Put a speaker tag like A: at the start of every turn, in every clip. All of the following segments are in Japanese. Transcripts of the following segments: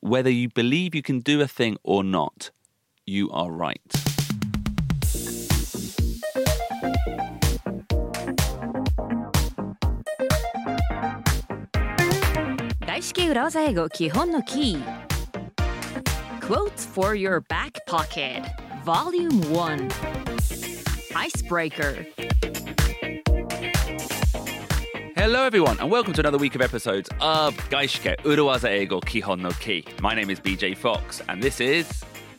A: Whether you believe you can do a thing or not, you are right.
B: Quotes for your back pocket Volume 1 Icebreaker
A: Hello, everyone, and welcome to another week of episodes of Gaishike Uruwaza Eigo Kihon no Ki. My name is BJ Fox, and this is.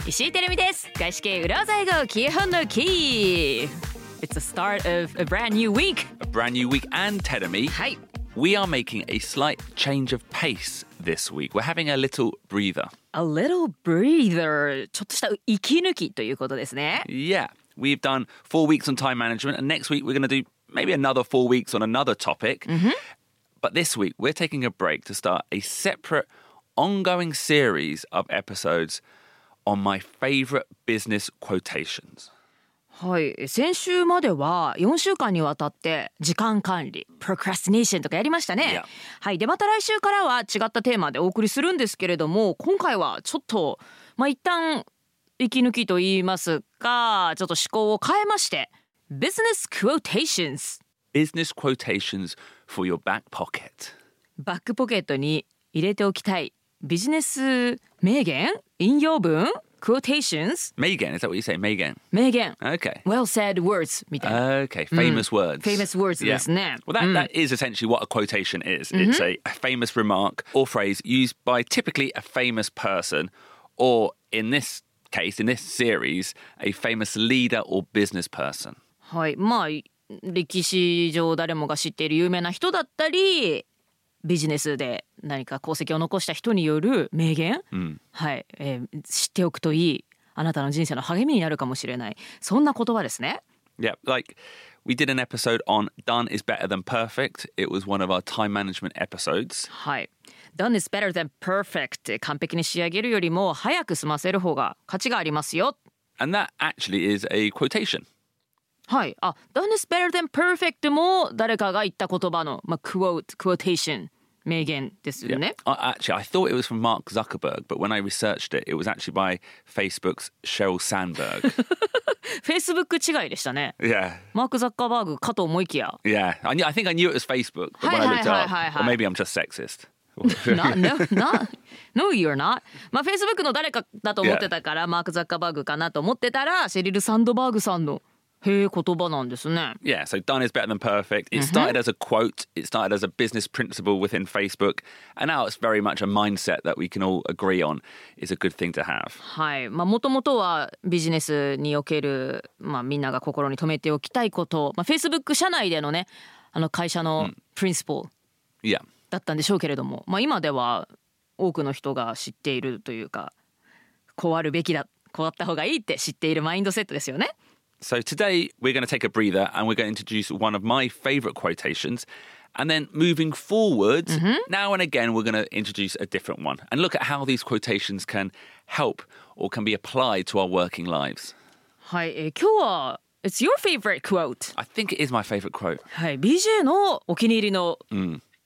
B: 石井てるみです外資系裏技英語基本のキー It's the start of a brand new week
A: a brand new week and Tedemi.
B: はい
A: We are making a slight change of pace this week. We're having a little breather.
B: A little breather ちょっとした息抜きということですね
A: Yeah, we've done four weeks on time management, and next week we're going to do maybe another four weeks on another topic.
B: Mm-hmm.
A: But this week we're taking a break to start a separate ongoing series of episodes on my favorite business quotations.
B: はい先週までは4週間にわたって時間管理 procrastination とかやりましたね
A: Yeah.
B: はいでまた来週からは違ったテーマでお送りするんですけれども今回はちょっとまあ一旦息抜きと言いますかちょっと思考を変えまして Business Quotations
A: Business quotations for your back pocket.
B: バックポケットに入れておきたいビジネス名言引用文 quotations
A: Megan, is that what you say? Megan.
B: 名言
A: Okay.
B: well said words みたいな
A: Okay, famous words.
B: Mm. famous words ですね
A: Well, that, that is essentially what a quotation is. It's a, a famous remark or phrase used by typically a famous person, or in this case, in this series, a famous leader or business person.
B: はいまあ歴史上誰もが知っている有名な人だったりビジネスで何か功績を残した人による名言、はい、えー知っておくといいあなたの人生の励みになるかもしれないそんな言葉ですね
A: Yeah, like we did an episode on Done is Better Than Perfect. It was one of our time management episodes.
B: はい。Done is better than perfect. 完璧に仕上げるよりも早く済ませる方が価値がありますよ。
A: And that actually is a quotation.
B: はい。あ、Done is better than perfect も誰かが言った言葉の、まあ、quote, quotation 名言ですよね。
A: I, actually, I thought it was from Mark Zuckerberg, but when I researched it, it was actually by Facebook's Sheryl Sandberg.
B: Facebook 違いでしたね。
A: yeah.
B: マーク・ザッカーバーグかと思いきや。
A: Yeah, I, knew, I think I knew it was Facebook, but when I
B: Hi,
A: looked it
B: hi,
A: up,
B: hi, hi,
A: or
B: hi.
A: maybe I'm just sexist.
B: な、no, not, no, you're not. まあ、Facebook の誰かだと思ってたから、マーク・ザッカーバーグかなと思ってたら、シェリル・サンドバーグさんの、へえ、言葉なんですね。
A: yeah, so done is better than perfect. It
B: Mm-hmm.
A: started as a quote, it started as a business principle within Facebook, and now it's very much a mindset that we can all agree on is a good thing to have.
B: はいまあもともとはビジネスにおける、まあ、みんなが心に留めておきたいこと、まあ、Facebook 社内でのねあの会社のプリンシポル
A: Yeah,
B: だったんでしょうけれども、まあ、今では多くの人が知っているというかこうあるべきだこうあった方がいいって知っているマインドセットですよね。
A: so today we're going to take a breather and we're going to introduce one of my favorite quotations. And then moving forwards,
B: Mm-hmm.
A: now and again, we're going to introduce a different one and look at how these quotations can help or can be applied to our working lives.
B: はい、えー今日は「It's your favorite quote
A: I think it is my favorite quote.」
B: はい、BJ のお気に入りの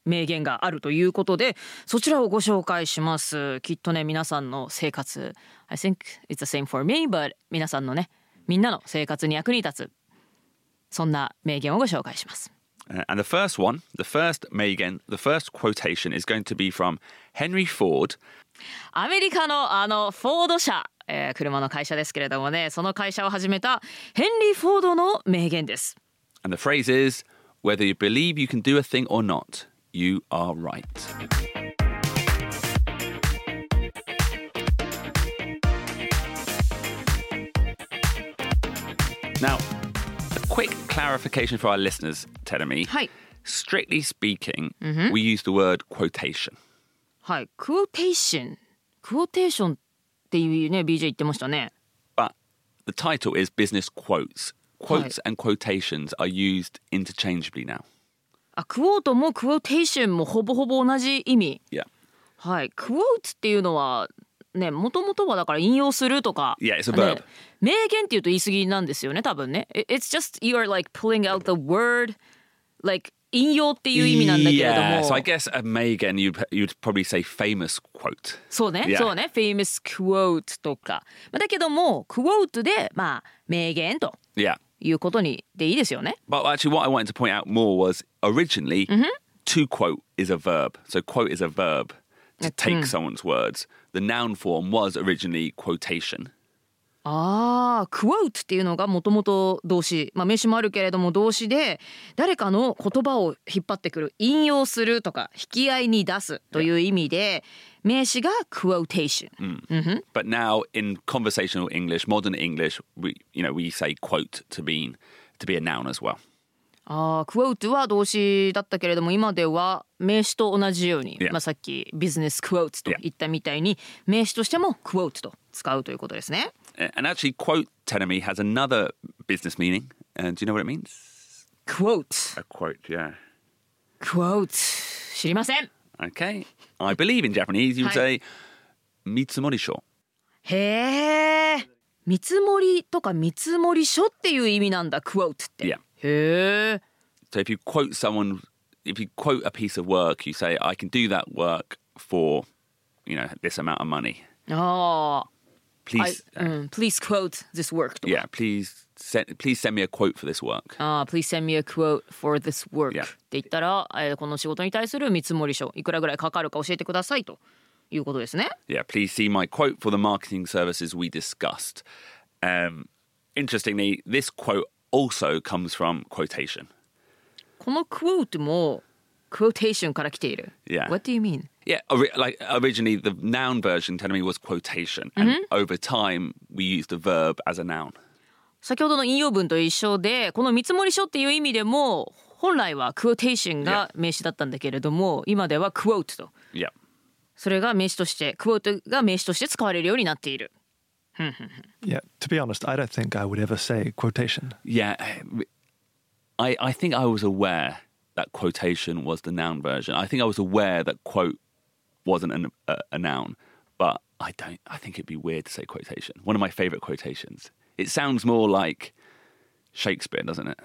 B: 名言があるということで、そちらをご紹介しますきっとね皆さんの生活 I think it's the same for me but 皆さんのねみんなの生活に役に立つそんな名言をご紹介します。
A: Uh, And the first one, the first Megan, the first quotation is going to be from Henry Ford.
B: アメリカのあのフォード社、えー車の会社ですけれどもねその会社を始めたヘンリー・フォードの名言です。
A: And the phrase is whether you believe you can do a thing or not, you are right. Now, a quick clarification for our listeners, Tedemi.
B: はい
A: Strictly speaking, we use the word quotation.
B: はいクオーテーションクオーテーションっていうね BJ 言ってましたね。
A: but the title is business quotes. Quotes and quotations are used interchangeably now.
B: あクォートもクォーテーションもほぼほぼ同じ意味
A: Yeah.
B: はいクォーツっていうのはねもともとはだから引用するとか、
A: Yeah, it's a
B: ね
A: verb.
B: 名言っていうと言い過ぎなんですよね多分ね It- It's just you are like pulling out the word like 引用っていう意味なんだけれども。
A: Yeah, so I guess a Megan, you'd you'd probably say famous quote.
B: そうね、
A: Yeah.
B: そうね、famous quote とか。まあだけども、quote で、まあ、名言と
A: Yeah.
B: いうことにでいいですよね。
A: But actually, what I wanted to point out more was originally to quote is a verb. So quote is a verb to take someone's words. The noun form was originally quotation.
B: ああ、quote っていうのがもともと動詞、まあ名詞もあるけれども動詞で、誰かの言葉を引っ張ってくる、引用するとか、引き合いに出すという意味で、名詞が quotation。
A: But now in conversational English, modern English, we you know we say quote to mean to be a noun as well.
B: ああ、クォートは動詞だったけれども今では名詞と同じように、
A: Yeah.
B: まあさっきビジネスクォートと言ったみたいに、名詞としてもクォートと使うということですね。
A: And actually, quote tenemy has another business meaning. And do you know what it means?
B: クォート、
A: A quote, yeah.
B: クォート、知りません。
A: Okay. I believe in Japanese you would
B: Hi.
A: say mitsumorisho.
B: へえ、見積もりとか見積もり書っていう意味なんだ、クォートって。
A: Yeah.
B: へえ、
A: So if you quote someone, if you quote a piece of work, you say, "I can do that work for, you know, this amount of money."
B: ああ、I-
A: Please,
B: うん、please quote this work とか。
A: yeah, please send, please send me a quote for this work.
B: ああ、please send me a quote for this work、
A: Yeah.
B: って言ったら、えーこの仕事に対する見積もり書、いくらぐらいかかるか教えてくださいということですね。
A: Yeah, please see my quote for the marketing services we discussed. Um, interestingly, this quote also comes from quotation.
B: この quote も quotation から来ている。
A: Yeah.
B: What do you mean?
A: Yeah, ori- like originally the noun version, telling me was quotation, and over time we used the verb as a noun.
B: 先ほどの引用文と一緒で、この見積もり書っていう意味でも、本来は quotation が名詞だったんだけれども、今では quote と。
A: Yeah.
B: それが名詞として、quote が名詞として使われるようになっている。
C: Yeah, to be honest, I don't think I would ever say quotation.
A: Yeah, I I think I was aware that quotation was the noun version. I think I was aware that quote wasn't an, a, a noun, but I don't. I think it'd be weird to say quotation. One of my favorite quotations. It sounds more like Shakespeare, doesn't it?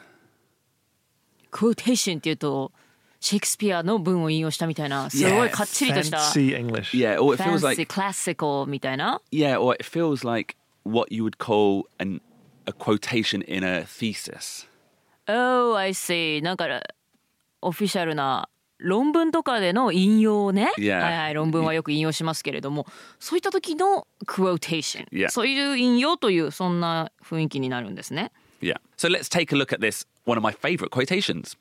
B: quotation っていうと、シェイクスピアの文を引用したみたいな、すごいかっちりとした。
C: Fancy English.
A: Yeah, or it feels
B: fancy
A: like
B: classical みたいな
A: yeah, or it feels like what you would call an a quotation in a thesis.
B: Oh, I see. なんかオフィシャルな論文とかでの引用ね。
A: Yeah.
B: はいはい、論文はよく引用しますけれども、そういった時の quotation、
A: Yeah.
B: そういう引用というそんな雰囲気になるんですね。
A: Yeah. So let's take a look at this, one of my favorite quotations.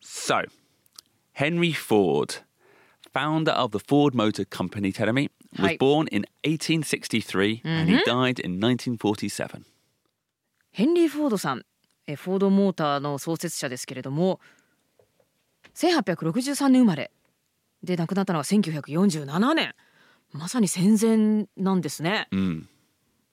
A: So, Henry Ford, founder of the Ford Motor Company, tell me, was
B: Hi.
A: born in 1863 and he died in 1947.
B: ヘンリー・フォードさん、えフォードモーターの創設者ですけれども、1863年生まれで亡くなったのは1947年。まさに戦前なんですね。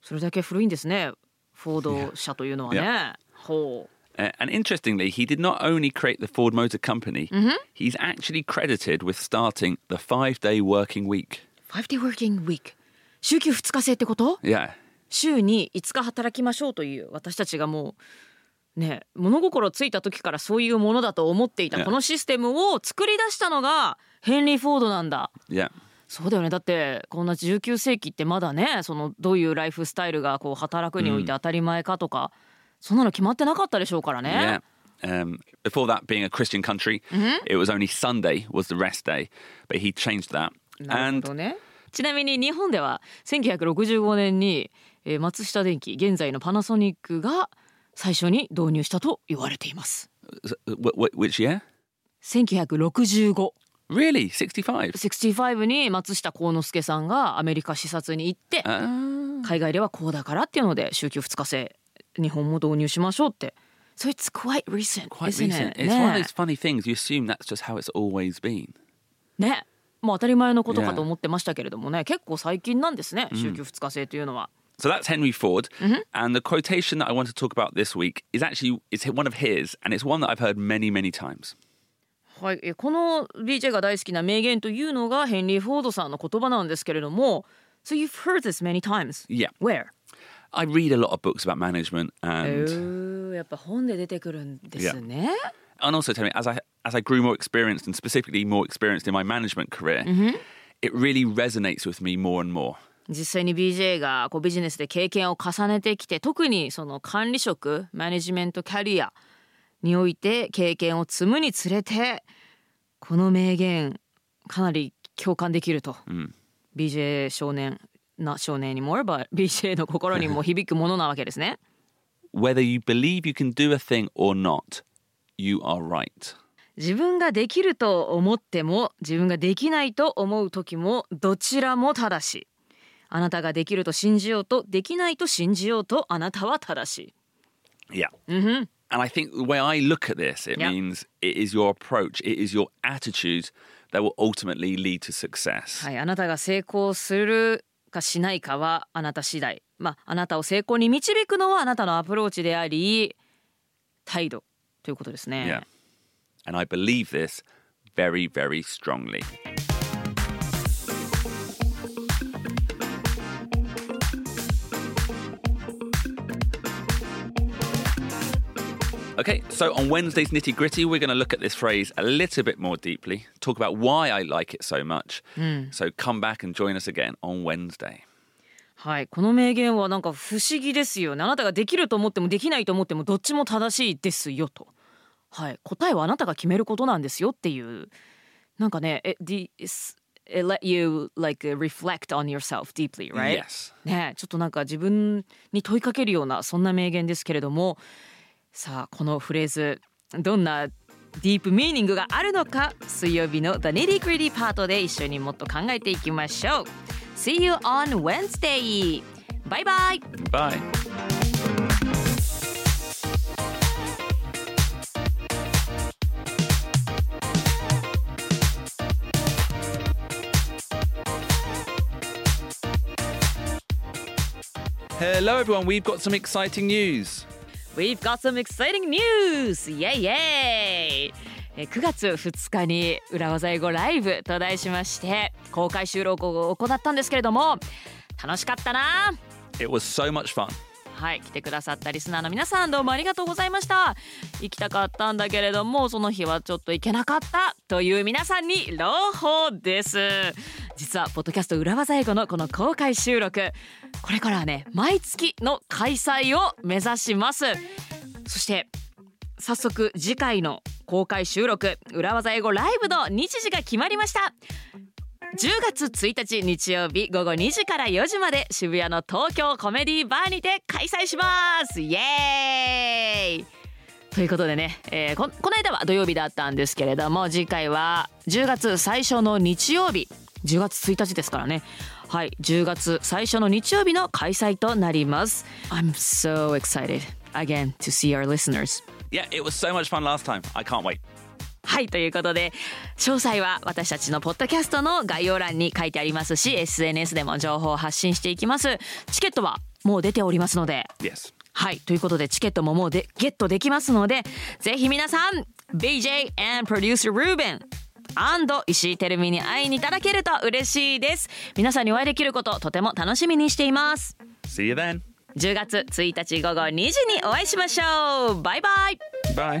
B: それだけ古いんですね。フォード社というのはね。ほう。
A: Uh, and interestingly, he did not only create the Ford Motor Company, he's actually credited with starting the five day working week.
B: Five day working week。週休2日制ってこと？
A: Yeah.
B: 週に5日働きましょうという私たちがもうね物心ついた時からそういうものだと思っていた
A: Yeah.
B: このシステムを作り出したのがヘンリー・フォードなんだ。
A: Yeah.
B: そうだよねだってこんな19世紀ってまだねそのどういうライフスタイルがこう働くにおいて当たり前かとか、そんなの決まってなかったでしょうからね。
A: Yeah. Um, before that, being a Christian country,
B: Mm-hmm.
A: it was only Sunday was the rest day, but he changed that.
B: なる
A: and
B: ほどね。ちなみに日本では1965年にえー松下電器現在のパナソニックが最初に導入したと言われています。
A: wh- wh- which year?
B: 1965
A: Really, sixty-five.
B: 65に松下幸之助さんがアメリカ視察に行って
A: Ah.
B: 海外ではこうだからっていうので週休2日制日本も導入しましょうって。So it's quite recent,
A: quite
B: isn't
A: recent.
B: it?
A: It's one of
B: ね
A: those funny things. You assume that's just how it's always been.
B: ねもう当たり前のことか
A: Yeah.
B: と思ってましたけれどもね結構最近なんですね週休2日制というのは。
A: So that's Henry Ford,
B: Mm-hmm.
A: and the quotation that I want to talk about this week is actually it's one of his, and it's one that I've heard many, many times.
B: はい、えーこの BJ が大好きな名言というのがヘンリー・フォードさんの言葉なんですけれども So you've heard this many times
A: Yeah.
B: Where?
A: I read a lot of books about management,
B: え
A: and
B: ーやっぱ本で出てくるんですね
A: and also tell me as I as I grew more experienced and specifically more experienced in my management career, it really resonates with me more and more.
B: 実際に BJ がこうビジネスで経験を重ねてきて特にその管理職マネジメントキャリアにおいて経験を積むにつれてこの名言かなり共感できると、BJ 少年な少年にも but BJ の心にも響くものなわけですね。
A: Whether you believe you can do a thing or not, you are right.
B: 自分ができると思っても自分ができないと思う時もどちらも正しいあなたができると信じようとできないと信じようとあなたは正しい
A: Yeah. And I think the way I look at this, it
B: Yeah.
A: means it is your approach, it is your attitude that will ultimately lead to success.
B: はいあなたが成功するかしないかはあなた次第まああなたを成功に導くのはあなたのアプローチであり態度ということですね、
A: Yeah. And I believe this very, very strongly. Okay, so on Wednesday's nitty gritty, we're going to look at this phrase a little bit more deeply, talk about why I like it so much. So come back and join us again on Wednesday.
B: はいこの名言はなんか不思議ですよねあなたができると思ってもできないと思ってもどっちも正しいですよとはい答えはあなたが決めることなんですよっていうなんかね it, de- it's- it let you like reflect on yourself deeply right
A: Yes.
B: ねちょっとなんか自分に問いかけるようなそんな名言ですけれどもさあこのフレーズどんなディープミーニングがあるのか水曜日の The Nitty Gritty パートで一緒にもっと考えていきましょう See you on Wednesday! バイバイ
A: Bye. Hello, everyone. We've got some exciting news.
B: We've got some exciting news! イェイイェイえー9月2日に裏技英語ライブと題しまして公開収録を行ったんですけれども楽しかったな
A: It was so much fun.
B: はい来てくださったリスナーの皆さんどうもありがとうございました行きたかったんだけれどもその日はちょっと行けなかったという皆さんに朗報です実はポッドキャスト裏技英語のこの公開収録これからはね毎月の開催を目指しますそして早速次回の公開収録裏技英語ライブの日時が決まりました10月1日日曜日午後2時から4時まで渋谷の東京コメディバーにて開催しますイエーイということでね、えーここの間は土曜日だったんですけれども次回は10月最初の日曜日10月1日ですからねはい10月最初の日曜日の開催となります I'm so excited again to see our listeners
A: Yeah, it was so much fun last time. I can't wait.
B: はいということで詳細は私たちのポッドキャストの概要欄に書いてありますし SNS でも情報を発信していきますチケットはもう出ておりますので
A: Yes.
B: はいということでチケットももうでゲットできますのでぜひ皆さん BJ and producer Ruben and 石井てるみに会いにいただけると嬉しいです皆さんにお会いできることとても楽しみにしています
A: See you then.
B: 10月1日午後2時にお会いしましょうバイバ
A: Bye.
B: イ